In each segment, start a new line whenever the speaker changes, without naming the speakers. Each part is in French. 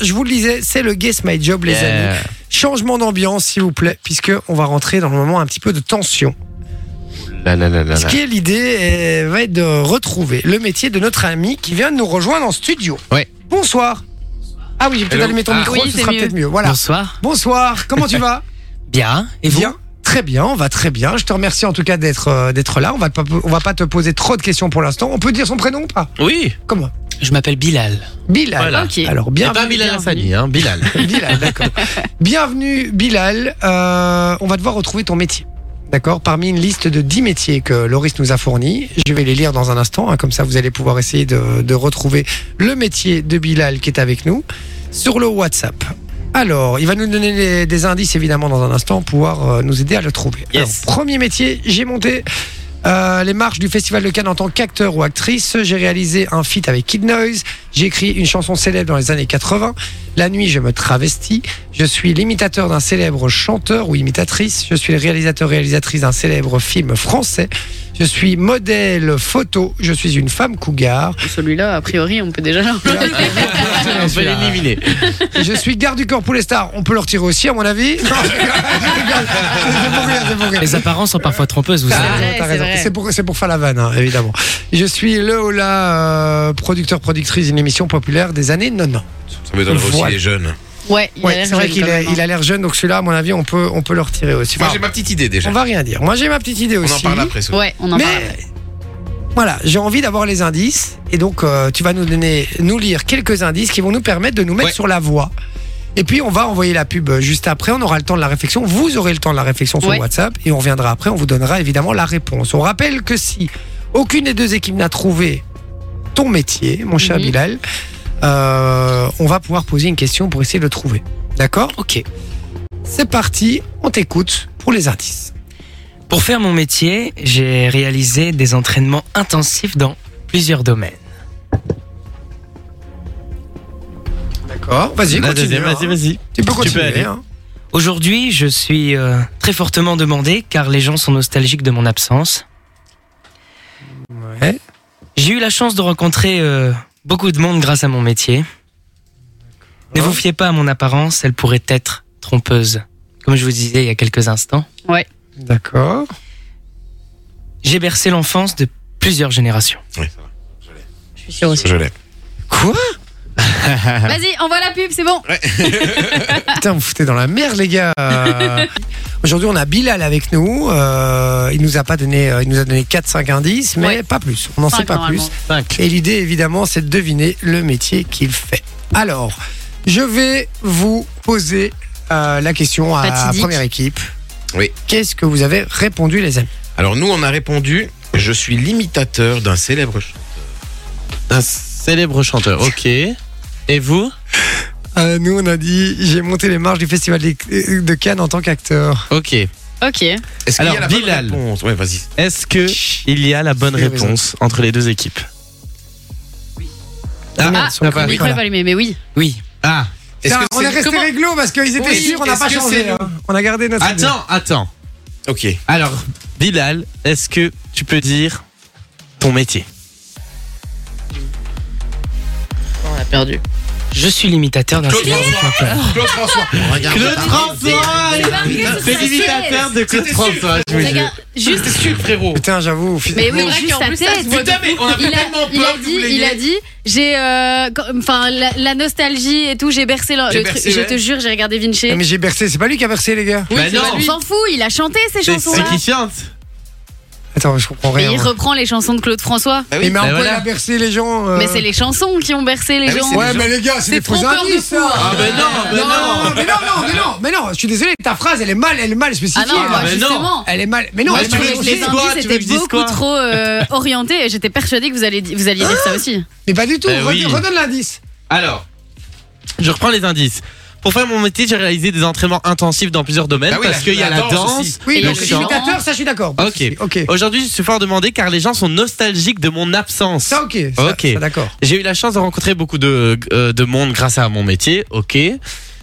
je vous le disais, c'est le Guess My Job, les
Euh,
Yeah.
amis. Changement d'ambiance, s'il vous plaît, puisque on va rentrer dans le moment un petit peu de tension.
Là, là, là, là,
Ce
là.
qui est l'idée, euh, va être de retrouver le métier de notre ami qui vient de nous rejoindre en studio.
Ouais.
Bonsoir. Ah oui, j'ai peut-être
Hello.
allumé ton
Ah.
micro,
Oui,
ce
c'est
sera
mieux.
peut-être mieux. Voilà.
Bonsoir.
Bonsoir, comment tu vas
Bien. Et vous
Bien. Très bien, on va très bien. Je te remercie en tout cas d'être euh, d'être là. On va pas on va pas te poser trop de questions pour l'instant. On peut dire son prénom ou pas
Oui,
Comment
Je m'appelle Bilal.
Bilal.
Voilà.
Ok.
Alors
bien
bienvenue.
pas Bilal Hassani, hein, Bilal.
Bilal, d'accord. Bienvenue, Bilal. Euh, on va devoir retrouver ton métier. D'accord Parmi une liste de 10 métiers que Loris nous a fournis, je vais les lire dans un instant, hein, comme ça vous allez pouvoir essayer de, de retrouver le métier de Bilal qui est avec nous sur le WhatsApp. Alors, il va nous donner les- des indices évidemment dans un instant pour pouvoir euh, nous aider à le trouver.
Yes.
Alors, premier métier, j'ai monté euh, les marches du Festival de Cannes en tant qu'acteur ou actrice. J'ai réalisé un feat avec Kid Noise. J'ai écrit une chanson célèbre dans les années 80. La nuit, je me travestis. Je suis l'imitateur d'un célèbre chanteur ou imitatrice. Je suis le réalisateur-réalisatrice d'un célèbre film français. Je suis modèle photo. Je suis une femme cougar.
Celui-là, a priori, on peut déjà l'enlever.
On peut l'éliminer.
Je suis garde du corps pour les stars. On peut le retirer aussi, à mon avis. Non, je rigole. C'est pour rire, c'est pour rire.
Ah. Les apparences sont parfois trompeuses, vous
Ah, T'as
savez.
vrai,
raison, t'as
c'est
raison.
vrai.
C'est pour, c'est pour faire la vanne, hein, évidemment. Je suis le ou la, euh, producteur, productrice d'une émission populaire des années 90.
Ça m'étonnerait
Voilà.
aussi les jeunes.
Ouais, il a
Ouais,
l'air
c'est vrai
jeune
qu'il
quand
a-
même, hein.
il a l'air jeune, donc celui-là, à mon avis, on peut, on peut le retirer aussi.
Moi
Enfin,
j'ai ma petite idée déjà.
on va rien dire. Moi, j'ai ma petite idée
On
aussi.
en parle après. ça.
hein. Ouais, on en
mais
parle. après.
voilà, j'ai envie d'avoir les indices. Et donc, euh, tu vas nous donner, nous lire quelques indices qui vont nous permettre de nous mettre
Ouais.
sur la voie. Et puis, on va envoyer la pub euh, juste après. On aura le temps de la réflexion. Vous aurez le temps de la réflexion sur
Ouais.
WhatsApp. Et on reviendra après. On vous donnera évidemment la réponse. On rappelle que si aucune des deux équipes n'a trouvé ton métier, mon cher
Mhm.
Bilal, euh, on va pouvoir poser une question pour essayer de le trouver. D'accord
Ok.
C'est parti. On t'écoute pour les indices.
Pour faire mon métier, j'ai réalisé des entraînements intensifs dans plusieurs domaines.
D'accord. Vas-y,
La
continue.
deuxième,
hein.
vas-y, vas-y.
Tu peux
Tu peux
continuer.
aller.
hein.
Aujourd'hui, je suis euh, très fortement demandé car les gens sont nostalgiques de mon absence.
Ouais.
J'ai eu la chance de rencontrer euh, beaucoup de monde grâce à mon métier. Ne
Oh.
vous fiez pas à mon apparence, elle pourrait être trompeuse. Comme je vous disais il y a quelques instants,
D'accord.
j'ai bercé l'enfance de plusieurs générations.
Oui, ça va.
Je suis sûre aussi.
Je l'ai.
Quoi
Vas-y, envoie la pub, c'est bon.
Putain, vous foutez dans la merde, les gars. Euh, Aujourd'hui, on a Bilal avec nous. Euh, il nous a pas donné, euh, il nous a donné 4-5 indices, mais
Ouais.
pas plus. On n'en sait
Cinq,
pas plus.
normalement.
Et l'idée, évidemment, c'est de deviner le métier qu'il fait. Alors, je vais vous poser euh, la question à la
Fatidique.
première équipe.
Oui.
Qu'est-ce que vous avez répondu, les amis
Alors nous on a répondu je suis l'imitateur d'un célèbre ch-
Un célèbre chanteur, ok. Et vous
Euh, Nous, on a dit j'ai monté les marches du Festival des- de Cannes en tant qu'acteur.
Ok.
Ok. Ah,
Est-ce qu'il y a
Alors,
la bonne
Bilal.
réponse Ouais, vas-y.
Est-ce que il y a la bonne
Oui, oui.
réponse entre les deux équipes
Ah,
ça va.
Le micro
Voilà.
est pas allumé, mais oui.
Oui.
Ah,
Est-ce
Tiens,
que
on est
c'est
resté
Comment
réglo parce qu'ils étaient
Oui,
sûrs, on n'a
est-ce
pas
que
changé.
c'est
hein. On a gardé notre. idée.
attends, attends.
OK.
Alors, Bilal, est-ce que tu peux dire ton métier
On a perdu.
Je suis l'imitateur d'un
Claude
célèbre chanteur.
Claude François. Regarde.
Claude François C'est l'imitateur de Claude François, je vous jure.
Regarde, juste.
sûr, frérot.
Putain, j'avoue.
Mais oui,
C'est vrai
juste
qu'en
sa
plus,
tête.
ça se voit de fou. On a
il a,
tellement
il
peur
a
que
dit,
vous l'ayez.
il a dit, j'ai, euh, quand- enfin, la, la nostalgie et tout, j'ai bercé le,
J'ai
le
bercé,
truc.
ouais.
Je te jure, j'ai regardé Vinci.
Ah, Mais j'ai bercé, c'est pas lui qui a bercé, les gars.
Oui, Bah c'est non. pas
on
lui.
s'en fout. Il a chanté ces
C'est
chansons-là.
qui chante
Attends, je comprends
Mais
rien.
il
moi.
reprend les chansons de Claude François.
Ah
Mais,
oui.
mais en
Bah
quoi
voilà.
il a bercé les gens euh,
Mais c'est les chansons qui ont bercé les
Ah oui,
gens.
c'est
Ouais,
gens.
mais les gars, c'est
C'est
des faux
trompeur de
indices,
fou,
ça. bah
hein.
Ah ben non, ben
Non,
non
mais non, non, mais non, mais non, je suis désolé, ta phrase, elle est mal, elle est mal spécifiée.
Ah non,
là.
moi,
mais non.
justement.
Elle est mal. Mais non,
Ouais,
elle est
tu
mal
veux que je
spécifiée.
Les
dise quoi
indices
Tu veux
étaient
que je dise
beaucoup
quoi
trop euh, orientés et j'étais persuadée que vous alliez, di- vous alliez dire ça aussi.
Mais pas du tout,
Eh
redonne,
oui.
redonne l'indice.
Alors, je reprends les indices. Pour faire mon métier, j'ai réalisé des entraînements intensifs dans plusieurs domaines
Ah oui,
parce
la-
qu'il y a
la
la
danse
danse,
aussi.
Oui,
Et
le
donc
les
chant.
gens.
l'imitateur, ça, je suis d'accord. Pas de
Ok.
souci. Ok.
Aujourd'hui, je suis fort demandé car les gens sont nostalgiques de mon absence.
Ça, ok. ça,
Ok.
ça, D'accord.
J'ai eu la chance de rencontrer beaucoup de, euh, de monde grâce à mon métier, ok.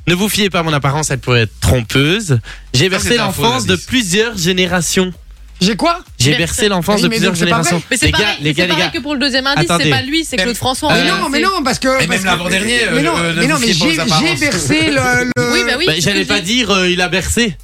Ne vous fiez pas à mon apparence, elle pourrait être trompeuse. J'ai
c'est
versé
un faux
l'enfance de
indice.
plusieurs générations.
J'ai quoi
J'ai
Mais-
bercé l'enfance
Mais-
de
mais
plusieurs
donc c'est pas
générations.
Mais c'est
les gars,
pareil,
les
c'est
gars, les
pareil
gars.
que pour le deuxième indice, c'est
Attendez.
pas lui, c'est Claude François.
Mais
Euh,
non, mais
c'est-
non, parce que.
Et
parce
même
que-
l'avant-dernier, euh,
Mais non,
le- le
mais, non, mais
dossier
j'ai
pour les
j'ai
apparences.
bercé le. le-
Oui, bah oui.
Bah,
c'est ce
J'allais
que je
pas
dis.
dire euh, il a bercé.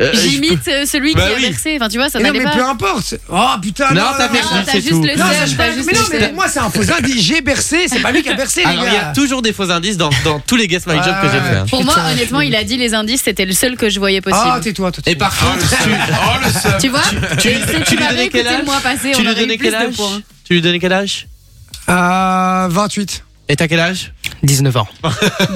Euh, je
J'imite euh, celui
Bah
qui
oui.
a versé. Enfin, tu vois, ça
Mais non,
n'allait
mais
pas.
peu importe. Oh putain,
Non, t'as fait-
Non, t'as
c'est
juste
tout.
le
Non,
seul,
c'est
t'as
pas-
juste
mais non,
le
mais
seul.
pour moi, c'est un faux indice. J'ai bercé, c'est pas lui qui a bercé, les
Alors, il y a
gars.
toujours des faux indices dans, dans tous les Guess My Job
Ouais,
que j'ai
ouais.
fait. hein.
Pour moi,
Putain,
honnêtement,
je-
il a dit les indices, c'était le seul que je voyais
Ah,
possible.
tais-toi, toi.
Et par contre, tu,
Oh le seum.
Tu vois
tu-
Et si
tu
tu m'avais
lui donnais quel
écouté
âge
le mois passé,
tu
on
lui
aurait eu
donnais
plus
quel
de
âge
points.
Tu lui donnais quel âge bah-
Euh, 28.
Et t'as quel âge
19 ans.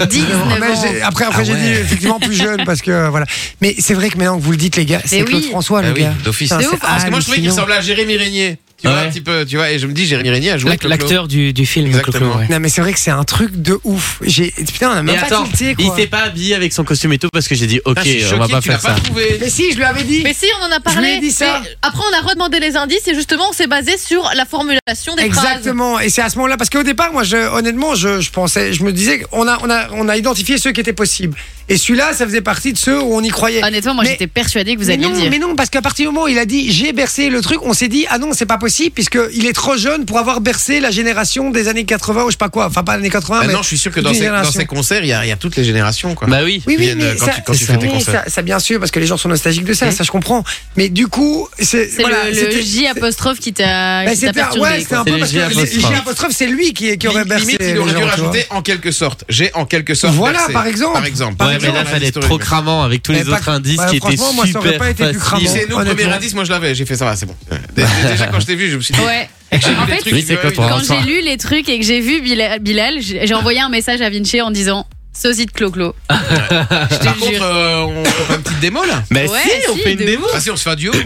19
Mais j'ai-
ans.
après, après
Ah
j'ai
ouais.
dit effectivement plus jeune parce que euh, voilà. Mais c'est vrai que maintenant que vous le dites, les gars, c'est
Mais
Claude
oui.
François,
Ah
Bah
le
oui,
gars.
d'office.
Putain,
De ouf.
c'est
Parce que moi je trouvais qu'il
hallucinant.
ressemblait à Jérémy Régnier. Tu vois,
Ouais.
un petit peu, tu vois, et je me dis, Jérémy Régnier a joué avec Clo-Clo.
L'acteur du, du film,
Exactement.
Clo-Clo, ouais.
Non, mais c'est vrai que c'est un truc de ouf. J'ai putain, on a
Mais
même pas
attends,
tilté
il
quoi.
s'est pas habillé avec son costume et tout parce que j'ai dit ok, euh,
Ah, je suis
on va
choqué
pas
que tu l'as
faire ça.
pas trouvé.
Mais si, je lui avais dit.
Mais si, on en a
Je lui
parlé.
ai dit ça.
mais Après, on a redemandé les indices et justement, on s'est basé sur la formulation des phrases.
Exactement, et c'est à ce moment-là parce qu'au départ, moi, je, honnêtement, je, je pensais, je me disais, qu'on a, on a, on a identifié ceux qui étaient possibles. Et celui-là, ça faisait partie de ceux où on y croyait.
Honnêtement, moi,
Mais-
j'étais persuadée que vous
mais
alliez
non,
le dire.
mais non, parce qu'à partir du moment où il a dit j'ai bercé le truc, on s'est dit ah non, c'est pas possible puisque il est trop jeune pour avoir bercé la génération des années 80 ou je sais pas quoi, enfin pas les années 80
Ah
mais
non, je suis sûr que dans
Toutes
ces,
les
dans
générations.
ces concerts, il y, a- il y a toutes les générations, quoi.
Bah oui.
Oui, oui,
viennent,
mais
euh, quand
ça,
tu- quand tu
c'est
fais
ça.
tes
Oui,
concerts. Mhm.
ça, ça, bien sûr, parce que les gens sont nostalgiques de ça, ça je comprends. Mais du coup, c'est
C'est
voilà,
le,
c'était-
le J apostrophe qui
Ben,
t'a
Bah,
qui t'a
c'était un-
perturbé.
ouais, c'était un
C'est
peu
le
parce que
J
le
apostrophe.
J apostrophe, c'est lui qui, qui aurait bercé.
Limite, il
les
aurait dû
gens, tu vois.
rajouter en quelque sorte. J'ai en quelque sorte.
Voilà,
bercé.
par exemple.
Par exemple.
Par
Ouais, mais là,
exemple,
fallait être trop cramant avec tous
Mais
les
pas-
autres indices
ouais,
qui étaient
franchement, moi, ça aurait
super
pas été plus
Tu
cramant.
faciles.
sais, nous, premier
Honnêtement.
indice, moi je l'avais, j'ai fait ça, va, c'est bon. Dé- Déjà, quand je t'ai vu, je me suis dit.
Ouais.
j'ai vu
En
des
fait,
trucs,
Oui,
je
c'est
dis,
que
ouais,
pour
oui,
Quand
Bonsoir.
j'ai lu les trucs et que j'ai vu Bila- Bilal, j'ai j'ai envoyé un message à Vinci en disant Sosie de Clo-Clo. Je
Par
te
contre,
jure.
euh, on on fait une petite démo là
Mais
Ouais,
Eh si, on
si,
fait une
de
démo.
Ah si, on se fait un duo
Non,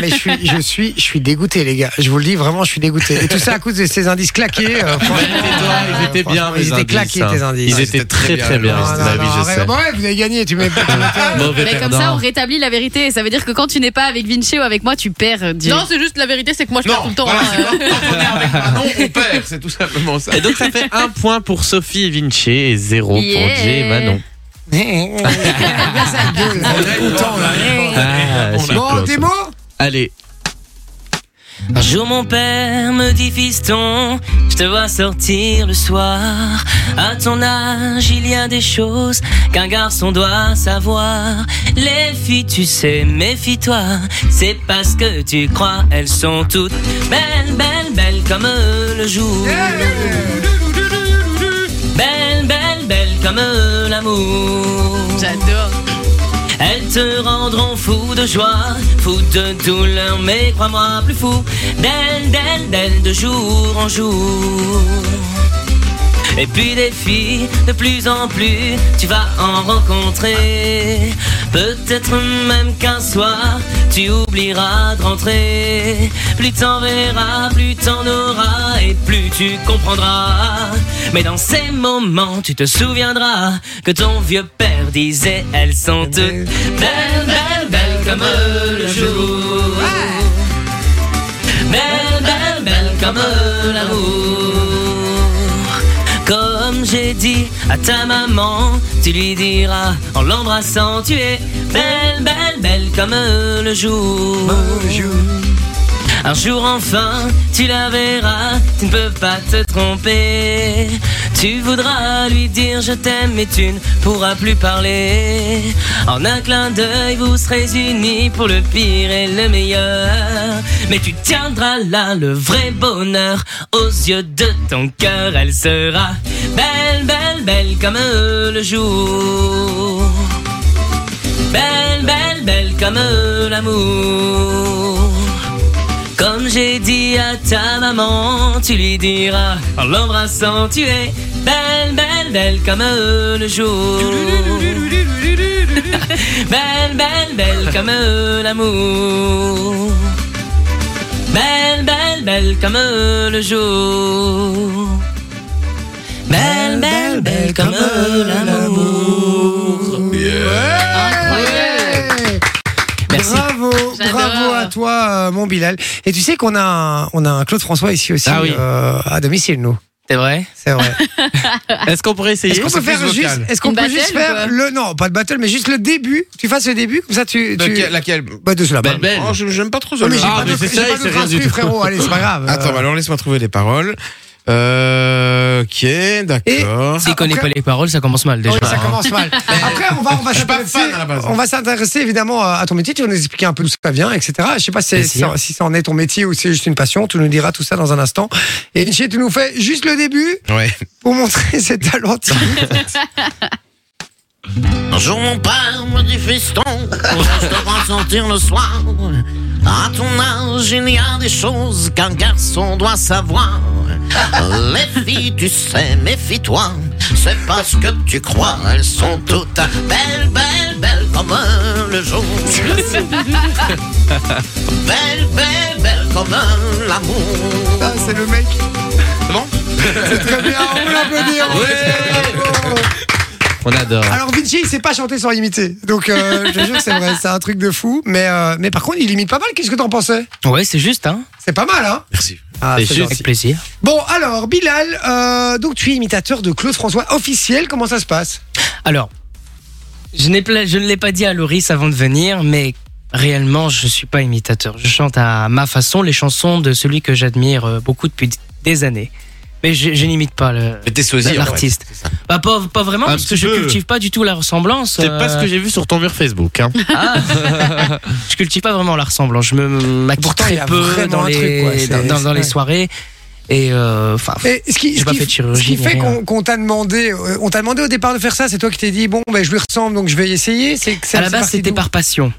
mais je suis, je suis, je suis dégoûté, les gars. Je vous le dis vraiment, je suis dégoûté. Et tout ça à cause de ces indices claqués. euh, franchement,
Ils
euh,
étaient bien, hein.
franchement, Ils étaient claqués,
hein.
tes indices.
Ils
Ouais,
étaient
c'était très
très très
bien.
bien.
Non,
Ah,
non,
Bah oui,
non,
je
arrête.
sais.
Bon, ouais, vous avez gagné, tu mets. tu mets-
Mauvais
Mais comme
perdant.
ça, on rétablit la vérité et ça veut dire que quand tu n'es pas avec Vinci ou avec moi, tu perds. euh, direct.
Non, c'est juste la vérité, c'est que moi je perds tout
Non,
le temps.
voilà,
hein,
c'est quand quand on est avec Manon, on perd, c'est tout simplement ça.
Et donc ça fait un point pour Sophie et Vinci et zéro pour
Yeah.
Jay et Manon.
Regarde sa gueule, là. Il est content, là.
Ah, c'est
Bon,
cool, ça.
t'es bon
Allez, Ah.
Un jour mon père me dit fiston, je te vois sortir le soir. À ton âge, il y a des choses qu'un garçon doit savoir. Les filles, tu sais, méfie-toi. C'est parce que tu crois, elles sont toutes belles, belles, belles comme le jour. Belles, belles, belles comme l'amour.
J'adore.
Elles te rendront fou de joie, fou de douleur, mais crois-moi plus fou d'elle, d'elle, d'elle de jour en jour. Et puis des filles, de plus en plus, tu vas en rencontrer. Peut-être même qu'un soir, tu oublieras de rentrer. Plus t'en verras, plus t'en auras, et plus tu comprendras. Mais dans ces moments, tu te souviendras que ton vieux père disait, elles sont toutes belles, belles, belles comme le jour. Belle, belle, belle comme l'amour. Comme j'ai dit à ta maman, tu lui diras en l'embrassant, tu es belle, belle, belle comme le jour. Un jour enfin, tu la verras, tu ne peux pas te tromper. Tu voudras lui dire je t'aime, mais tu ne pourras plus parler. En un clin d'œil, vous serez unis pour le pire et le meilleur. Mais tu tiendras là le vrai bonheur aux yeux de ton cœur. Elle sera belle, belle, belle comme le jour. Belle, belle, belle comme l'amour. Comme j'ai dit à ta maman, tu lui diras en l'embrassant, tu es belle, belle, belle comme le jour. Belle, belle, belle comme l'amour. Belle, belle, belle comme le jour. Belle, belle, belle comme l'amour.
euh,
Ouais.
Merci.
Bravo,
J'adore.
bravo à toi, euh, mon Bilal. Et tu sais qu'on a, un- on a un Claude François ici aussi
Ah oui.
euh, à domicile, nous.
C'est vrai
C'est vrai.
Est-ce qu'on pourrait essayer
Est-ce qu'on peut
c'est
faire
plus
juste,
vocal.
est-ce qu'on
Une
peut
battle
juste
ou
faire
quoi
le non, pas de battle, mais juste le début. Tu fasses le début, comme ça tu. tu...
Laquelle- Laquelle
Bah de cela.
Belle, belle.
Oh, je- J'aime pas trop
Non, mais j'ai
celle-là.
Ah,
pas
mais
de-
c'est
j'ai
ça,
pas
il
de
sait rien
trace
du
plus,
tout.
frérot. Allez, c'est pas grave.
Attends,
Euh,
alors laisse-moi trouver les paroles. Euh, ok, d'accord.
S'il
Ah,
connaît
après-
pas les paroles, ça commence mal déjà.
oui, ça commence mal. Après, on va, on va
Ah. Je suis pas
s'intéresser.
fan à la base.
On va s'intéresser évidemment à à ton métier. Tu vas nous expliquer un peu d'où ça vient, etc. Je sais pas si,
Bien
si,
sûr.
si ça en est ton métier ou si c'est juste une passion. Tu nous diras tout ça dans un instant. Et Vinci, tu nous fais juste le début
Ouais.
pour montrer ses talents.
Ah,
Bonjour mon père, moi du fiston, je devrais sortir le soir. À ton âge, il y a des choses qu'un garçon doit savoir. Les filles, tu sais, méfie-toi, c'est pas ce que tu crois, elles sont toutes belles, belles, belles comme le jour. Belles, belles, belles comme l'amour.
Ah, c'est le mec. C'est très bien. On peut l'applaudir. on peut l'applaudir. Bravo.
On adore.
Alors Vinci, il sait pas chanter sans imiter. Donc euh, je te jure que c'est vrai, c'est un truc de fou. Mais, euh, mais par contre, il imite pas mal. Qu'est-ce que t'en pensais
Ouais, c'est juste, hein.
C'est pas mal, hein
Merci.
Ah,
C'est
c'est
juste.
gentil.
Avec plaisir.
Bon, alors Bilal, euh, donc tu es imitateur de Claude François officiel. Comment ça se passe
Alors, je, n'ai pla- je ne l'ai pas dit à Loris avant de venir, mais réellement, je suis pas imitateur. Je chante à ma façon les chansons de celui que j'admire euh, beaucoup depuis d- des années. Mais je, je n'imite pas le.
Mais t'es sosie, en vrai.
L'artiste. Bah, pas, pas vraiment,
Un
parce que
petit
je
peu.
cultive pas du tout la ressemblance.
C'est pas ce
euh,
que j'ai vu sur ton mur Facebook. Hein.
Ah. je cultive pas vraiment la ressemblance. Je me maquille
Pourtant, il y a
très peu
vraiment
dans
un
les,
truc, ouais, c'est-
dans, dans- dans les
ouais.
soirées. Et euh, enfin,
Et ce qui,
J'ai
ce
pas
qui-
fait de chirurgie
ce qui
ni
fait
rien.
qu'on qu'on t'a demandé, euh, on t'a demandé au départ de faire ça. C'est toi qui t'es dit bon, ben je lui ressemble, donc je vais essayer. C'est que ça-
à la
c'est
base,
parti
c'était
d'où
par passion.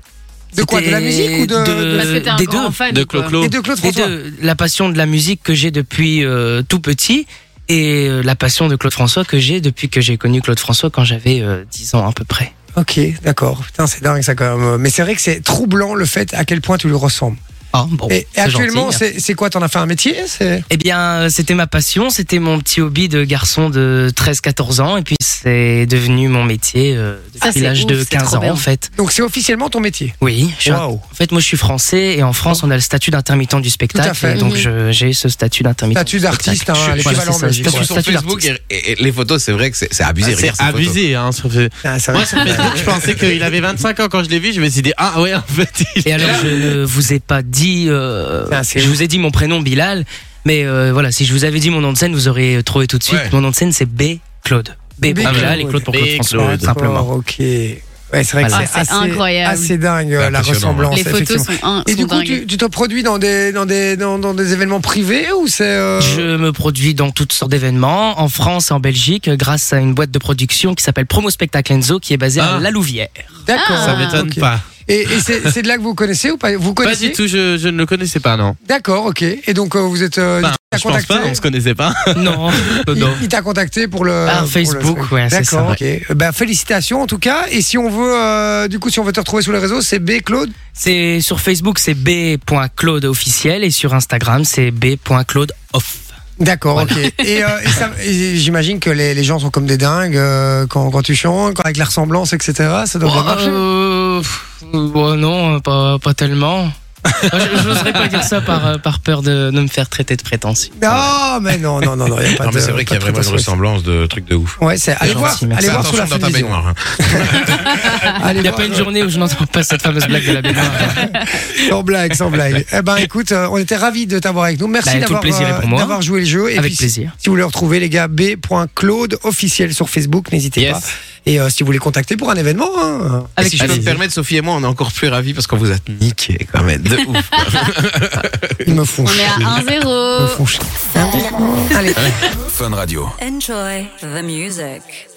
De quoi, de la
C'était
musique ou de- de-
Parce que t'es un
des
grand
deux.
fan.
De
quoi.
Clo-Clo.
Ah, Et Euh, de Claude
Les
François.
deux, la passion de la musique que j'ai depuis euh, tout petit et euh, la passion de Claude François que j'ai depuis que j'ai connu Claude François quand j'avais euh, 10 ans à peu près.
Ok, d'accord. Putain, c'est dingue ça quand même. Mais c'est vrai que c'est troublant le fait à quel point tu lui ressembles.
Ah, bon,
et et
c'est
actuellement,
gentil.
c'est c'est quoi T'en as fait un métier C'est-
Eh bien, euh, c'était ma passion, c'était mon petit hobby de garçon de 13-14 ans et puis c'est devenu mon métier euh,
Ça,
depuis
c'est
l'âge
ouf,
de
c'est
15
trop
ans
bien.
en fait.
Donc c'est officiellement ton métier.
Oui, je suis un-
Waouh.
en fait moi je suis français et en France on a le statut d'intermittent du spectacle
Tout à fait.
et donc
Mhm.
je- j'ai ce statut d'intermittent.
Statut
du
d'artiste,
spectacle.
hein,
Je- voilà,
l'équivalent
c'est ça,
belgique,
statut-
ouais.
Sur
statut
Facebook,
d'artiste.
et, et- et les photos, c'est vrai que c'est c'est abusé.
Ah, C'est
regarde ces photos.
abusé. Hein, sur ce-
Ah, c'est vrai.
Moi, sur Facebook, je pensais qu'il avait 25 ans quand je l'ai vu. Je me suis dit, ah ouais, en fait, il
Et alors, je ne vous ai pas dit. euh,
C'est assez
je
ouf.
vous ai dit mon prénom Bilal, mais euh, voilà, si je vous avais dit mon nom de scène, vous auriez trouvé tout de suite.
Ouais.
Mon nom de scène, c'est B. Claude. B
B.
pour Bilal et
Claude.
Claude pour Claude
B.
François,
Claude.
tout simplement.
D'accord, Ok. Ouais, c'est vrai que
Voilà.
c'est
Ah,
assez,
c'est incroyable.
assez dingue euh,
C'est
la
impressionnant,
ressemblance.
Les photos
effectivement.
sont, un,
Et
sont
du coup,
dingues.
tu tu te produis dans des, dans, des, dans, dans des événements privés ou c'est. euh,
Je me produis dans toutes sortes d'événements, en France et en Belgique, grâce à une boîte de production qui s'appelle Promo Spectacle Enzo, qui est basée à
Ah.
La Louvière.
D'accord.
Ah.
Ça m'étonne
Ok.
pas.
Et, et c'est c'est de là que vous connaissez ou pas Vous
Pas
connaissez
du tout, je, je ne le connaissais pas, non.
D'accord, ok. Et donc, euh, vous êtes. euh,
Enfin,
il
je
t'a
pense pas,
contacté
on se connaissait pas.
non,
Il-
non.
Il t'a contacté pour le.
Par
pour le
Facebook,
truc.
ouais, c'est ça,
D'accord, ok. Euh, Bah, félicitations en tout cas. Et si on veut, euh, du coup, si on veut te retrouver sur les réseaux, c'est B Claude.
C'est sur Facebook, c'est B.Claude officiel et sur Instagram, c'est B.Claude off.
D'accord, ok. Et, euh, et ça- et j'imagine que les, les gens sont comme des dingues euh, quand, quand tu chantes, quand, avec la ressemblance, etc. Ça
Oh,
doit bien marcher.
Euh, pff, bon, non, euh, pas, pas tellement. Moi, je je n'oserais pas dire ça par, euh, par peur de, de me faire traiter de prétentieux.
Non, mais non, non, non, non, y a pas
Non,
de.
mais c'est vrai qu'il y a
pas de
vraiment une
prétention.
ressemblance de trucs de ouf.
Ouais, c'est. Allez
gentil,
voir,
merci.
allez
Fais
voir sur la
attention dans ta
télévision.
baignoire. hein.
Allez
Il n'y a
voir,
pas une
euh,
journée où je n'entends pas cette fameuse blague de la baignoire.
Sans blague, sans blague. Eh ben, écoute, euh, on était ravis de t'avoir avec nous.
Bah,
Merci
tout le
d'avoir
plaisir est
euh,
pour moi.
d'avoir joué le jeu. Et
Avec
puis,
plaisir.
Si vous voulez retrouver les gars, b.claude officiel sur Facebook, n'hésitez
Yes.
pas. Et euh, si vous voulez contacter pour un événement, hein,
Et
Avec
si je peux me
plaisir.
permettre, Sophie et moi, on est encore plus ravis parce qu'on vous a niqué quand même. De ouf.
ils me font
On est
chier.
à
Ils me
1-0.
font chier. Allez.
Enjoy the music.